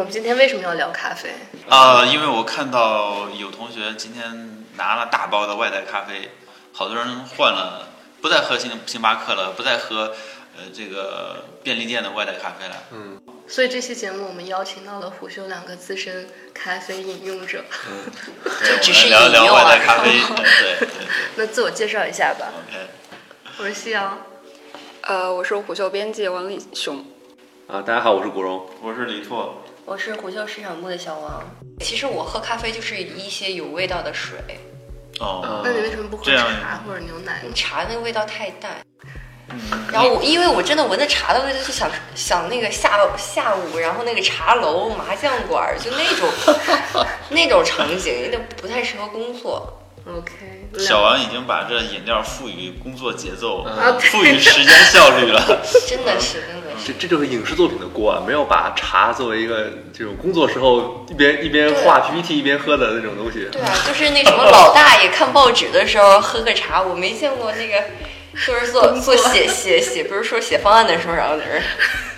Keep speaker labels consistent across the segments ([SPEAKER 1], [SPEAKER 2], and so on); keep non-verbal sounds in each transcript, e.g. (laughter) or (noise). [SPEAKER 1] 我们今天为什么要聊咖啡？
[SPEAKER 2] 呃，因为我看到有同学今天拿了大包的外带咖啡，好多人换了，不再喝星星巴克了，不再喝呃这个便利店的外带咖啡了。
[SPEAKER 3] 嗯，
[SPEAKER 1] 所以这期节目我们邀请到了虎嗅两个资深咖啡饮用者，
[SPEAKER 2] 对，
[SPEAKER 1] 只是
[SPEAKER 2] 我们聊
[SPEAKER 1] 饮
[SPEAKER 2] 聊
[SPEAKER 1] 料
[SPEAKER 2] 外
[SPEAKER 1] 啊 (laughs)
[SPEAKER 2] 带咖啡。呃对对对
[SPEAKER 1] 那自我介绍一下吧。
[SPEAKER 2] ，OK。
[SPEAKER 1] 我是夕阳，
[SPEAKER 4] 呃，我是虎嗅编辑王立雄。
[SPEAKER 3] 啊，大家好，我是古荣。
[SPEAKER 2] 我是李拓，
[SPEAKER 5] 我是虎嗅市场部的小王。其实我喝咖啡就是一些有味道的水，
[SPEAKER 2] 哦，
[SPEAKER 1] 那你为什么不喝
[SPEAKER 2] 这样
[SPEAKER 1] 茶或者牛奶呢？
[SPEAKER 5] 茶那个味道太淡。
[SPEAKER 2] 嗯，
[SPEAKER 5] 然后我因为我真的闻着茶的味道，就想想那个下下午，然后那个茶楼、麻将馆儿，就那种 (laughs) 那种场景，有点不太适合工作。
[SPEAKER 1] OK，
[SPEAKER 2] 小王已经把这饮料赋予工作节奏，
[SPEAKER 1] 啊对
[SPEAKER 2] 赋予时间效率了。 (laughs)
[SPEAKER 5] 真的是，真的是。
[SPEAKER 3] 这这就是影视作品的锅啊，没有把茶作为一个这种工作时候一边一边画
[SPEAKER 4] 啊
[SPEAKER 3] PPT 一边喝的那种东西。
[SPEAKER 5] 对啊，就是那什么老大爷看报纸的时候喝个茶，我没见过那个，就是做做写写写，不是说写方案的时候，然后在那儿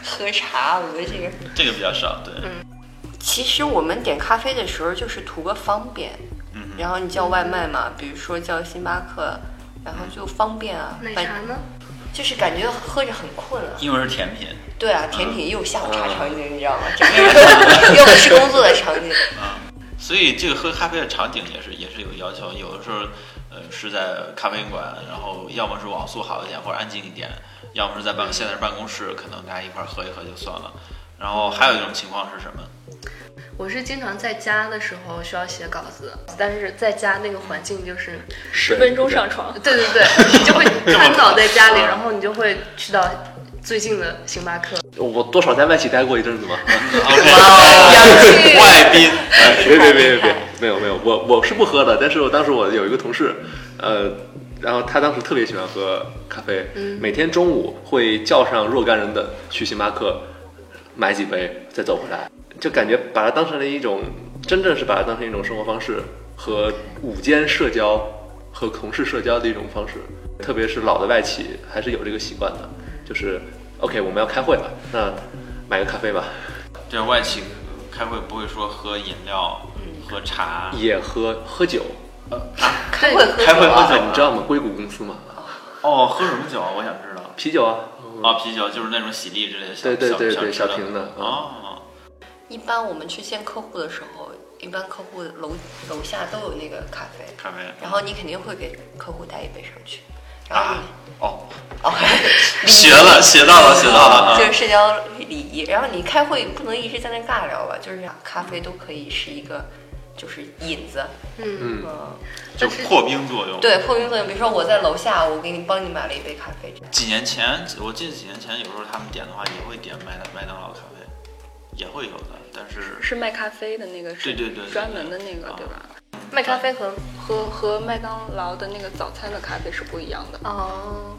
[SPEAKER 5] 喝茶，我觉得这个。
[SPEAKER 2] 这个比较少，对，
[SPEAKER 1] 嗯
[SPEAKER 5] 其实我们点咖啡的时候就是图个方便，
[SPEAKER 2] 嗯哼
[SPEAKER 5] 然后你叫外卖嘛，比如说叫星巴克，然后就方便啊，
[SPEAKER 1] 奶
[SPEAKER 5] 反
[SPEAKER 1] 茶呢？
[SPEAKER 5] 就是感觉喝着很困啊了。
[SPEAKER 2] 因为是甜品，
[SPEAKER 5] 对啊，甜品又有下午茶场景，你知道吗？整个人又不是 (laughs) 工作的场景。
[SPEAKER 2] 所以这个喝咖啡的场景也是也是有要求，有的时候，呃，是在咖啡馆，然后要么是网速好一点或者安静一点，要么是在办
[SPEAKER 3] 嗯
[SPEAKER 2] 现在是办公室，可能大家一块儿喝一喝就算了。然后
[SPEAKER 3] 嗯
[SPEAKER 2] 还有一种情况是
[SPEAKER 3] (laughs)
[SPEAKER 2] 什么？
[SPEAKER 1] 我是经常在家的时候需要写稿子，但是在家那个环境就是，
[SPEAKER 3] 十
[SPEAKER 4] 十分钟上床，
[SPEAKER 1] 对对对，你就会瘫倒在家里，
[SPEAKER 2] 嗯
[SPEAKER 1] 然后你就会去到最近的星巴克。
[SPEAKER 3] 我多少在外企待过一阵子嘛。
[SPEAKER 2] OK，外 (laughs) 宾，
[SPEAKER 3] 别别别别别，没有没有，我我是不喝的，但是我当时我有一个同事，呃，然后他当时特别喜欢喝咖啡，每天中午会叫上若干人的去星巴克买几杯，再走回来，就感觉把它当成了一种，真正是把它当成一种生活方式和午间社交和同事社交的一种方式，特别是老的外企还是有这个习惯的，就是 OK 我们要开会了，那买个咖啡吧，
[SPEAKER 2] 这外企开会不会说喝饮料、
[SPEAKER 3] 嗯
[SPEAKER 2] 喝茶，
[SPEAKER 3] 也喝喝酒。
[SPEAKER 5] 开会喝
[SPEAKER 2] 开会
[SPEAKER 5] 酒
[SPEAKER 2] 喝
[SPEAKER 5] 啊
[SPEAKER 2] 酒
[SPEAKER 3] 哎，你知道吗？硅谷公司嘛，
[SPEAKER 2] 哦，喝什么酒啊？我想知道。
[SPEAKER 3] 啤酒啊，
[SPEAKER 2] 啊，啤酒就是那种喜力之类的小
[SPEAKER 3] 对对对
[SPEAKER 2] 小
[SPEAKER 3] 对
[SPEAKER 2] 小
[SPEAKER 3] 小瓶的嗯
[SPEAKER 2] 哦，
[SPEAKER 5] 一般我们去见客户的时候，一般客户楼楼下都有那个咖啡，
[SPEAKER 2] 咖啡。
[SPEAKER 5] 然后你肯定会给客户带一杯上去，然后
[SPEAKER 2] 啊
[SPEAKER 5] 你。，
[SPEAKER 2] 哦， (laughs)
[SPEAKER 5] 哦，
[SPEAKER 2] 学了，
[SPEAKER 4] (laughs)
[SPEAKER 2] 学到了，学到了啊！
[SPEAKER 5] 就是社交礼仪。然后你开会不能一直在那尬聊吧，就是咖啡都可以是一个。就是引子，
[SPEAKER 1] 嗯，
[SPEAKER 3] 嗯，
[SPEAKER 5] 嗯，
[SPEAKER 2] 就破冰作用。，
[SPEAKER 5] 对，破冰作用。比如说我在楼下，我给你帮你买了一杯咖啡，
[SPEAKER 2] 几年前，我记得几年前，有时候他们点的话也会点麦当麦当劳咖啡，也会有的，但是
[SPEAKER 4] 是卖咖啡的那个，
[SPEAKER 2] 对
[SPEAKER 4] 是
[SPEAKER 2] 对对，
[SPEAKER 4] 专门的那个
[SPEAKER 2] 啊，
[SPEAKER 4] 对吧？
[SPEAKER 1] 卖咖啡和
[SPEAKER 4] 和和麦当劳的那个早餐的咖啡是不一样的。
[SPEAKER 1] 哦，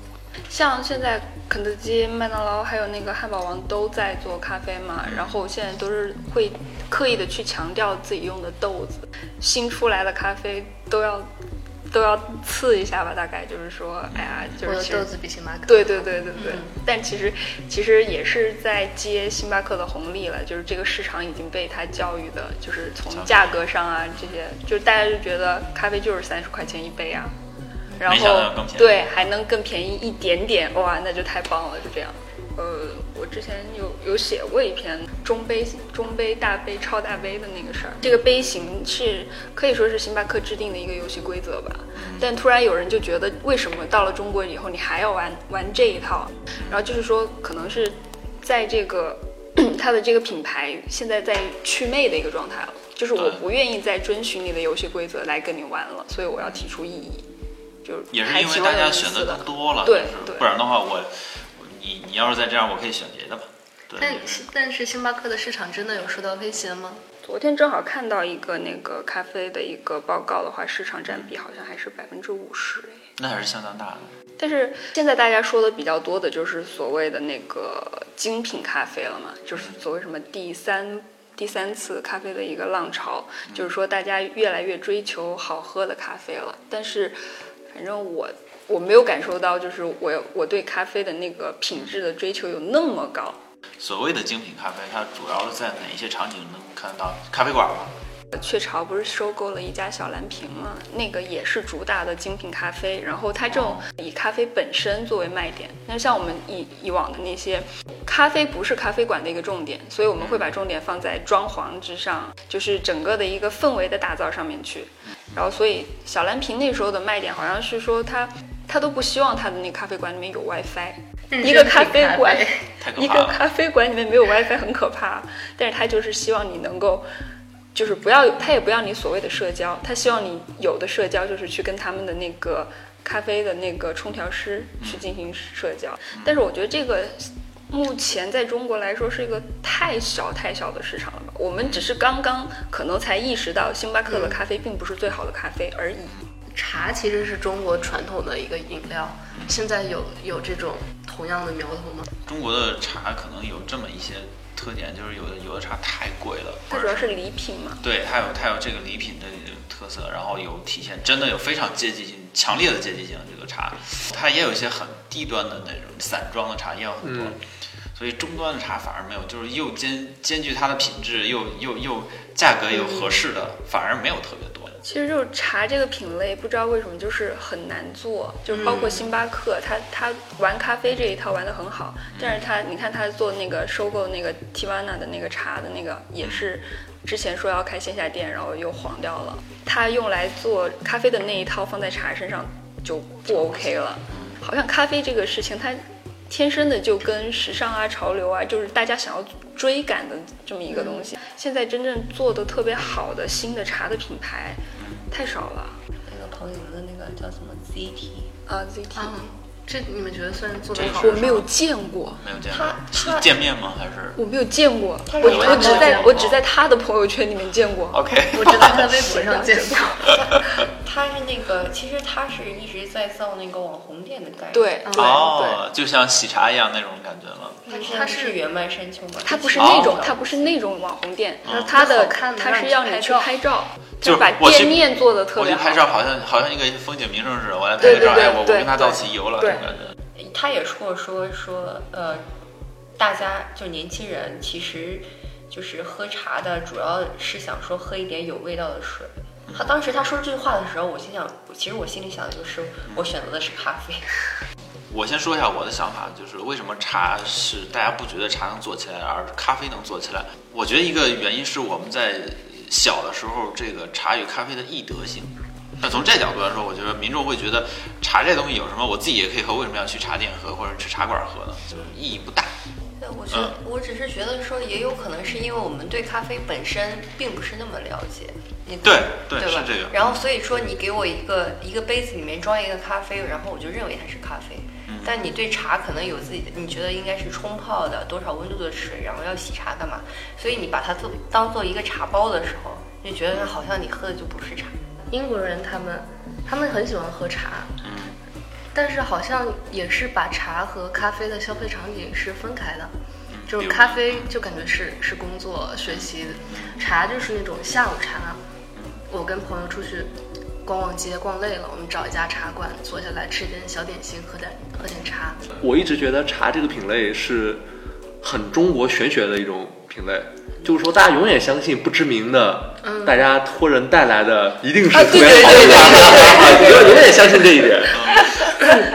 [SPEAKER 4] 像现在肯德基、麦当劳还有那个汉堡王都在做咖啡嘛，
[SPEAKER 2] 嗯
[SPEAKER 4] 然后现在都是会刻意的去强调自己用的豆子，新出来的咖啡都要都要刺一下吧，大概就是说，哎呀，就
[SPEAKER 1] 我
[SPEAKER 4] 是
[SPEAKER 1] 的
[SPEAKER 4] 其实
[SPEAKER 1] 豆子比星巴克。
[SPEAKER 4] 对对对对对，但其实其实也是在接星巴克的红利了，就是这个市场已经被它教育的，就是从价格上啊这些，就是大家就觉得咖啡就是三十块钱一杯啊，然
[SPEAKER 2] 没想到
[SPEAKER 4] 后
[SPEAKER 2] 更便宜
[SPEAKER 4] 对还能更便宜一点点，哇，那就太棒了，就这样。呃，我之前有有写过一篇中杯、中杯、大杯、超大杯的那个事儿。这个杯型是可以说是星巴克制定的一个游戏规则吧。
[SPEAKER 2] 嗯
[SPEAKER 4] 但突然有人就觉得，为什么到了中国以后你还要玩玩这一套？
[SPEAKER 2] 嗯
[SPEAKER 4] 然后就是说，可能是在这个 (clears throat) 它的这个品牌现在在祛魅的一个状态了，就是我
[SPEAKER 2] 对
[SPEAKER 4] 不愿意再遵循你的游戏规则来跟你玩了，所以我要提出异议。就是
[SPEAKER 2] 也是
[SPEAKER 4] 还
[SPEAKER 2] 因为
[SPEAKER 4] 挺
[SPEAKER 2] 大
[SPEAKER 4] 有
[SPEAKER 2] 家
[SPEAKER 4] 意
[SPEAKER 2] 选
[SPEAKER 4] 思
[SPEAKER 2] 择
[SPEAKER 4] 的
[SPEAKER 2] 更多了，
[SPEAKER 4] 对
[SPEAKER 2] 就是
[SPEAKER 4] 对
[SPEAKER 2] 不然的话，我我你你要是再这样，我可以选别的吧。对，
[SPEAKER 1] 但
[SPEAKER 2] 也是
[SPEAKER 1] 但是星巴克的市场真的有受到威胁吗？
[SPEAKER 4] 昨天正好看到一个那个咖啡的一个报告的话，市场占比好像还是百分之五十
[SPEAKER 2] 那还是相当大的。
[SPEAKER 4] 但是现在大家说的比较多的就是所谓的那个精品咖啡了嘛，就是所谓什么第三第三次咖啡的一个浪潮，就是说大家越来越追求好喝的咖啡了。但是反正我我没有感受到，就是我我对咖啡的那个品质的追求有那么高。
[SPEAKER 2] 所谓的精品咖啡，它主要是在哪一些场景能看到？咖啡馆吧，
[SPEAKER 4] 雀巢不是收购了一家小蓝瓶吗？那个也是主打的精品咖啡，然后它这种以咖啡本身作为卖点。那像我们以以往的那些，咖啡不是咖啡馆的一个重点，所以我们会把重点放在装潢之上，就是整个的一个氛围的打造上面去。然后，所以小蓝瓶那时候的卖点好像是说它，它都不希望它的那个咖啡馆里面有 WiFi，一个咖啡馆
[SPEAKER 2] 太可
[SPEAKER 4] 一
[SPEAKER 2] 怕
[SPEAKER 4] 个
[SPEAKER 2] 了。
[SPEAKER 4] 咖啡馆里面没有 WiFi 很可怕，但是他就是希望你能够，就是不要他也不要你所谓的社交，他希望你有的社交就是去跟他们的那个咖啡的那个冲调师去进行社交。
[SPEAKER 2] 嗯
[SPEAKER 4] 但是我觉得这个目前在中国来说是一个太小太小的市场了吧？我们只是刚刚可能才意识到星巴克的咖啡并不是最好的咖啡而已。
[SPEAKER 2] 嗯
[SPEAKER 1] 茶其实是中国传统的一个饮料，现在有有这种同样的苗头吗？
[SPEAKER 2] 中国的茶可能有这么一些特点，就是有的有的茶太贵了，
[SPEAKER 4] 它主要是礼品嘛，
[SPEAKER 2] 对，它有它有这个礼品的特色，然后有体现，真的有非常阶级性、强烈的阶级性这个茶，它也有一些很低端的那种散装的茶，也有很多。
[SPEAKER 3] 嗯
[SPEAKER 2] 所以终端的茶反而没有，就是又兼兼具它的品质，又又又价格又合适的，反而没有特别多。
[SPEAKER 4] 其实就是茶这个品类，不知道为什么就是很难做，就是包括星巴克，它它玩咖啡这一套玩得很好，但是它你看它做那个收购那个 Tivana 的那个茶的那个也是。之前说要开线下店，然后又黄掉了。它用来做咖啡的那一套放在茶身上就不 OK 了。好像咖啡这个事情，它天生的就跟时尚啊、潮流啊，就是大家想要追赶的这么一个东西。现在真正做的特别好的新的茶的品牌，太少了
[SPEAKER 5] 那个彭宁的那个叫什么 ZT，
[SPEAKER 4] 啊！ZT，、
[SPEAKER 1] 嗯，这你们觉得算是做得
[SPEAKER 2] 这
[SPEAKER 1] 好
[SPEAKER 2] 是
[SPEAKER 1] 的
[SPEAKER 4] 我
[SPEAKER 1] 吗？
[SPEAKER 4] 没有见过，
[SPEAKER 2] 没有见过
[SPEAKER 5] 它，
[SPEAKER 2] 是
[SPEAKER 5] 它
[SPEAKER 2] 见面吗？还是
[SPEAKER 4] 我没有见过，
[SPEAKER 5] 它
[SPEAKER 4] 我
[SPEAKER 5] 是茶
[SPEAKER 4] 我只
[SPEAKER 5] 包
[SPEAKER 4] 在
[SPEAKER 2] 吗
[SPEAKER 4] 我只在他的朋友圈里面见过。
[SPEAKER 2] (laughs) OK？
[SPEAKER 1] 我只在他微博上见过。
[SPEAKER 5] 它是那个，其实它是一直在造那个网红店的概念。，
[SPEAKER 4] 对，
[SPEAKER 1] 嗯
[SPEAKER 2] 哦，就像喜茶一样那种感觉了。
[SPEAKER 5] 它是原麦山丘吗？
[SPEAKER 4] 他不是那种
[SPEAKER 2] 哦，
[SPEAKER 4] 他不是那种网红店
[SPEAKER 1] 嗯，
[SPEAKER 4] 他
[SPEAKER 1] 好
[SPEAKER 4] 的
[SPEAKER 1] 看的
[SPEAKER 4] 他是要你去拍照，
[SPEAKER 2] 就是
[SPEAKER 4] 把
[SPEAKER 2] 我去
[SPEAKER 4] 店面做的特
[SPEAKER 2] 我
[SPEAKER 4] 别
[SPEAKER 2] 去
[SPEAKER 4] 好
[SPEAKER 2] 拍。照，好像好像一个风景名胜似的，我来拍
[SPEAKER 4] 对
[SPEAKER 2] 个照，
[SPEAKER 4] 对
[SPEAKER 2] 哎，
[SPEAKER 4] 对
[SPEAKER 2] 我我
[SPEAKER 4] 对
[SPEAKER 2] 跟他到
[SPEAKER 4] 对
[SPEAKER 2] 齐游了，这
[SPEAKER 4] 对
[SPEAKER 2] 种感觉。
[SPEAKER 5] 哦他也说说说，呃，大家就年轻人其实就是喝茶的主要是想说喝一点有味道的水。他当时他说这句话的时候，我心想，其实我心里想的就是我选择的是咖啡。
[SPEAKER 2] 我先说一下我的想法，就是为什么茶是大家不觉得茶能做起来，而咖啡能做起来？我觉得一个原因是我们在小的时候，这个茶与咖啡的易得性。那从这角度来说，我觉得民众会觉得茶这东西有什么，我自己也可以喝，为什么要去茶店喝或者去茶馆喝呢？就是意义不大。
[SPEAKER 5] 对，我觉得我只是觉得说，也有可能是因为我们对咖啡本身并不是那么了解。你
[SPEAKER 2] 对对
[SPEAKER 5] 对吧
[SPEAKER 2] 是这个嗯
[SPEAKER 5] 然后所以说，你给我一个一个杯子里面装一个咖啡，然后我就认为它是咖啡。
[SPEAKER 2] 嗯
[SPEAKER 5] 但你对茶可能有自己的，你觉得应该是冲泡的，多少温度的水，然后要洗茶干嘛？所以你把它做当做一个茶包的时候，就觉得好像你喝的就
[SPEAKER 2] (laughs)
[SPEAKER 5] 不是茶。
[SPEAKER 1] 英国人他们他们很喜欢喝茶，
[SPEAKER 2] 嗯，
[SPEAKER 1] 但是好像也是把茶和咖啡的消费场景是分开的。就是
[SPEAKER 2] 有
[SPEAKER 1] 咖啡就感觉是是工作学习，茶就是那种下午茶。我跟朋友出去逛逛街，逛累了，我们找一家茶馆坐下来吃点小点心，喝点喝点茶。
[SPEAKER 3] 我一直觉得茶这个品类是很中国玄学的一种品类，就是说大家永远相信不知名的，大家托人带来的一定是特别好的茶，永远永远相信这一点。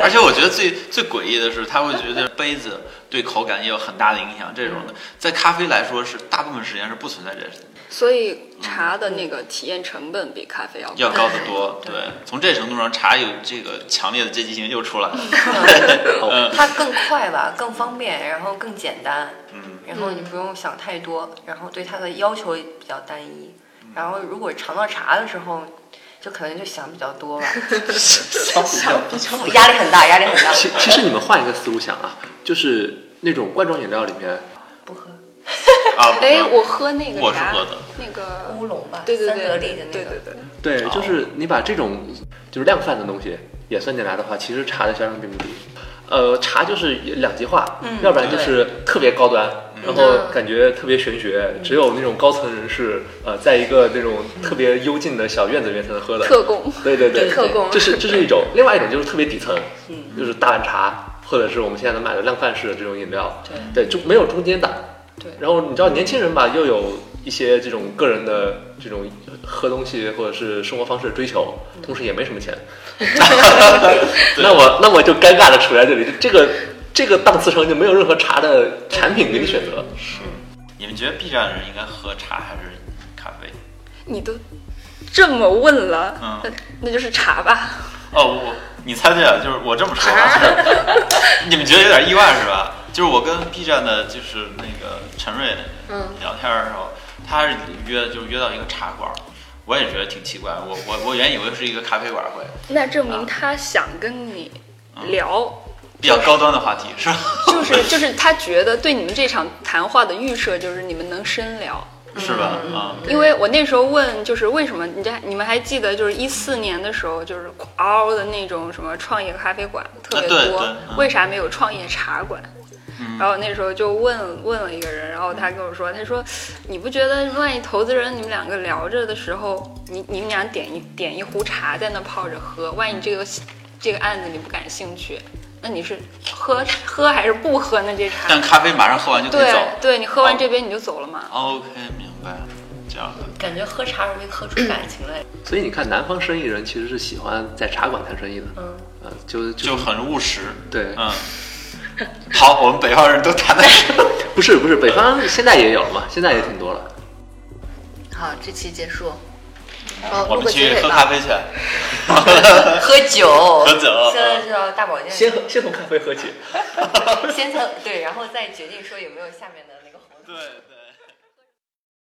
[SPEAKER 2] 而且我觉得最最诡异的是，他会觉得杯子对口感也有很大的影响，这种的在咖啡来说是大部分时间是不存在这
[SPEAKER 4] 所以茶的那个体验成本比咖啡要
[SPEAKER 2] 要高得多。对，从这程度上，茶有这个强烈的阶级性又出来了。
[SPEAKER 5] 嗯它更快吧，更方便，然后更简单，
[SPEAKER 2] 嗯，
[SPEAKER 5] 然后你不用想太多，然后对它的要求也比较单一，
[SPEAKER 2] 嗯
[SPEAKER 5] 然后如果尝到茶的时候，就可能就想比较多吧，
[SPEAKER 2] (laughs)
[SPEAKER 5] (laughs) 压力很大，压力很
[SPEAKER 2] (laughs)
[SPEAKER 5] 大，
[SPEAKER 3] 其其实你们换一个思路想啊，就是那种罐装饮料里面，
[SPEAKER 5] 不喝
[SPEAKER 2] 啊，不
[SPEAKER 4] 哎，
[SPEAKER 2] 过
[SPEAKER 4] 我喝那个
[SPEAKER 2] 我是
[SPEAKER 4] 啥
[SPEAKER 2] 喝的，
[SPEAKER 4] 那个
[SPEAKER 5] 乌龙吧，
[SPEAKER 4] 对对
[SPEAKER 5] 三得
[SPEAKER 4] 对
[SPEAKER 5] 利的
[SPEAKER 4] 对
[SPEAKER 5] 那
[SPEAKER 4] 对
[SPEAKER 5] 个，
[SPEAKER 4] 对对，
[SPEAKER 3] 对，就是你把这种就是量贩的东西也算进来的话，其实茶的销量并不低。呃，茶就是两极化，
[SPEAKER 5] 嗯
[SPEAKER 3] 要不然就是特别高端，然后感觉特别玄学，只有那种高层人士，呃，在一个那种特别幽静的小院子里面才能喝的。
[SPEAKER 4] 特供。
[SPEAKER 3] 对对对，
[SPEAKER 5] 对特
[SPEAKER 1] 供
[SPEAKER 3] 这是这是一种，另外一种就是特别底层，
[SPEAKER 5] 嗯
[SPEAKER 3] 就是大碗茶，或者是我们现在能买的量贩式的这种饮料，
[SPEAKER 5] 对
[SPEAKER 3] 对，就没有中间档。
[SPEAKER 5] 对
[SPEAKER 3] 然后你知道年轻人吧，又有一些这种个人的这种喝东西或者是生活方式的追求，同时也没什 (laughs) 么钱，那我那我就尴尬的处在这里，这个这个档次上就没有任何茶的产品给你选择。
[SPEAKER 2] 你们觉得 B 站的人应该喝茶还是咖啡？
[SPEAKER 4] 你都这么问了，
[SPEAKER 2] 嗯
[SPEAKER 4] 那那就是茶吧。
[SPEAKER 2] 哦，我你猜对了，就是我这么说吧，
[SPEAKER 4] 啊
[SPEAKER 2] (laughs) 你们觉得有点意外是吧？就是我跟 B 站的，就是那个陈瑞
[SPEAKER 1] 嗯
[SPEAKER 2] 聊天的时候，他是约就是约到一个茶馆儿，我也觉得挺奇怪，我我我原以为是一个咖啡馆会
[SPEAKER 4] 那证明他想跟你聊，
[SPEAKER 2] 比较高端的话题是吧？
[SPEAKER 4] 就是就是他觉得对你们这场谈话的预设就是你们能深聊。
[SPEAKER 2] 是吧？啊、
[SPEAKER 4] 因为我那时候问，就是为什么你这你们还记得，就是一四年的时候，就是嗷的那种什么创业咖啡馆特别
[SPEAKER 2] 啊对
[SPEAKER 4] 多，
[SPEAKER 2] 对嗯
[SPEAKER 4] 为啥没有创业茶馆？
[SPEAKER 2] 嗯
[SPEAKER 4] 然后那时候就问问了一个人，然后他跟我说，他说你不觉得万一投资人你们两个聊着的时候，你你们俩点一点一壶茶在那泡着喝，万一你这
[SPEAKER 2] 嗯
[SPEAKER 4] 个这个案子你不感兴趣，那你是喝 (laughs) 喝还是不喝呢？这茶
[SPEAKER 2] 但？咖啡马上喝完就可以
[SPEAKER 4] 对
[SPEAKER 2] 走。哦
[SPEAKER 4] 对，你喝完这杯你就走了嘛。
[SPEAKER 2] OK，明白了，这样的。
[SPEAKER 5] 感觉喝茶容易喝出感情来。
[SPEAKER 3] 所以你看，南方生意人其实是喜欢在茶馆谈生意的，
[SPEAKER 5] 嗯，
[SPEAKER 3] 啊，就就
[SPEAKER 2] 就很务实。
[SPEAKER 3] 对
[SPEAKER 2] 嗯。好，我们北方人都谈的
[SPEAKER 3] (laughs)
[SPEAKER 2] 是，
[SPEAKER 3] 不是不是，北方现在也有了嘛，现在也挺多了。
[SPEAKER 1] 好，这期结束。哦，
[SPEAKER 2] 我
[SPEAKER 1] 录
[SPEAKER 2] 们
[SPEAKER 1] 个结
[SPEAKER 2] 去
[SPEAKER 1] 尾
[SPEAKER 2] 喝
[SPEAKER 1] 吧。
[SPEAKER 2] 咖啡去，
[SPEAKER 5] 喝酒，
[SPEAKER 2] 喝酒嗯
[SPEAKER 5] 现在知道大保健，
[SPEAKER 3] 先喝先从咖啡喝起。
[SPEAKER 5] 先从对，然后再决定说有没有下面的那个活动。
[SPEAKER 2] 对对。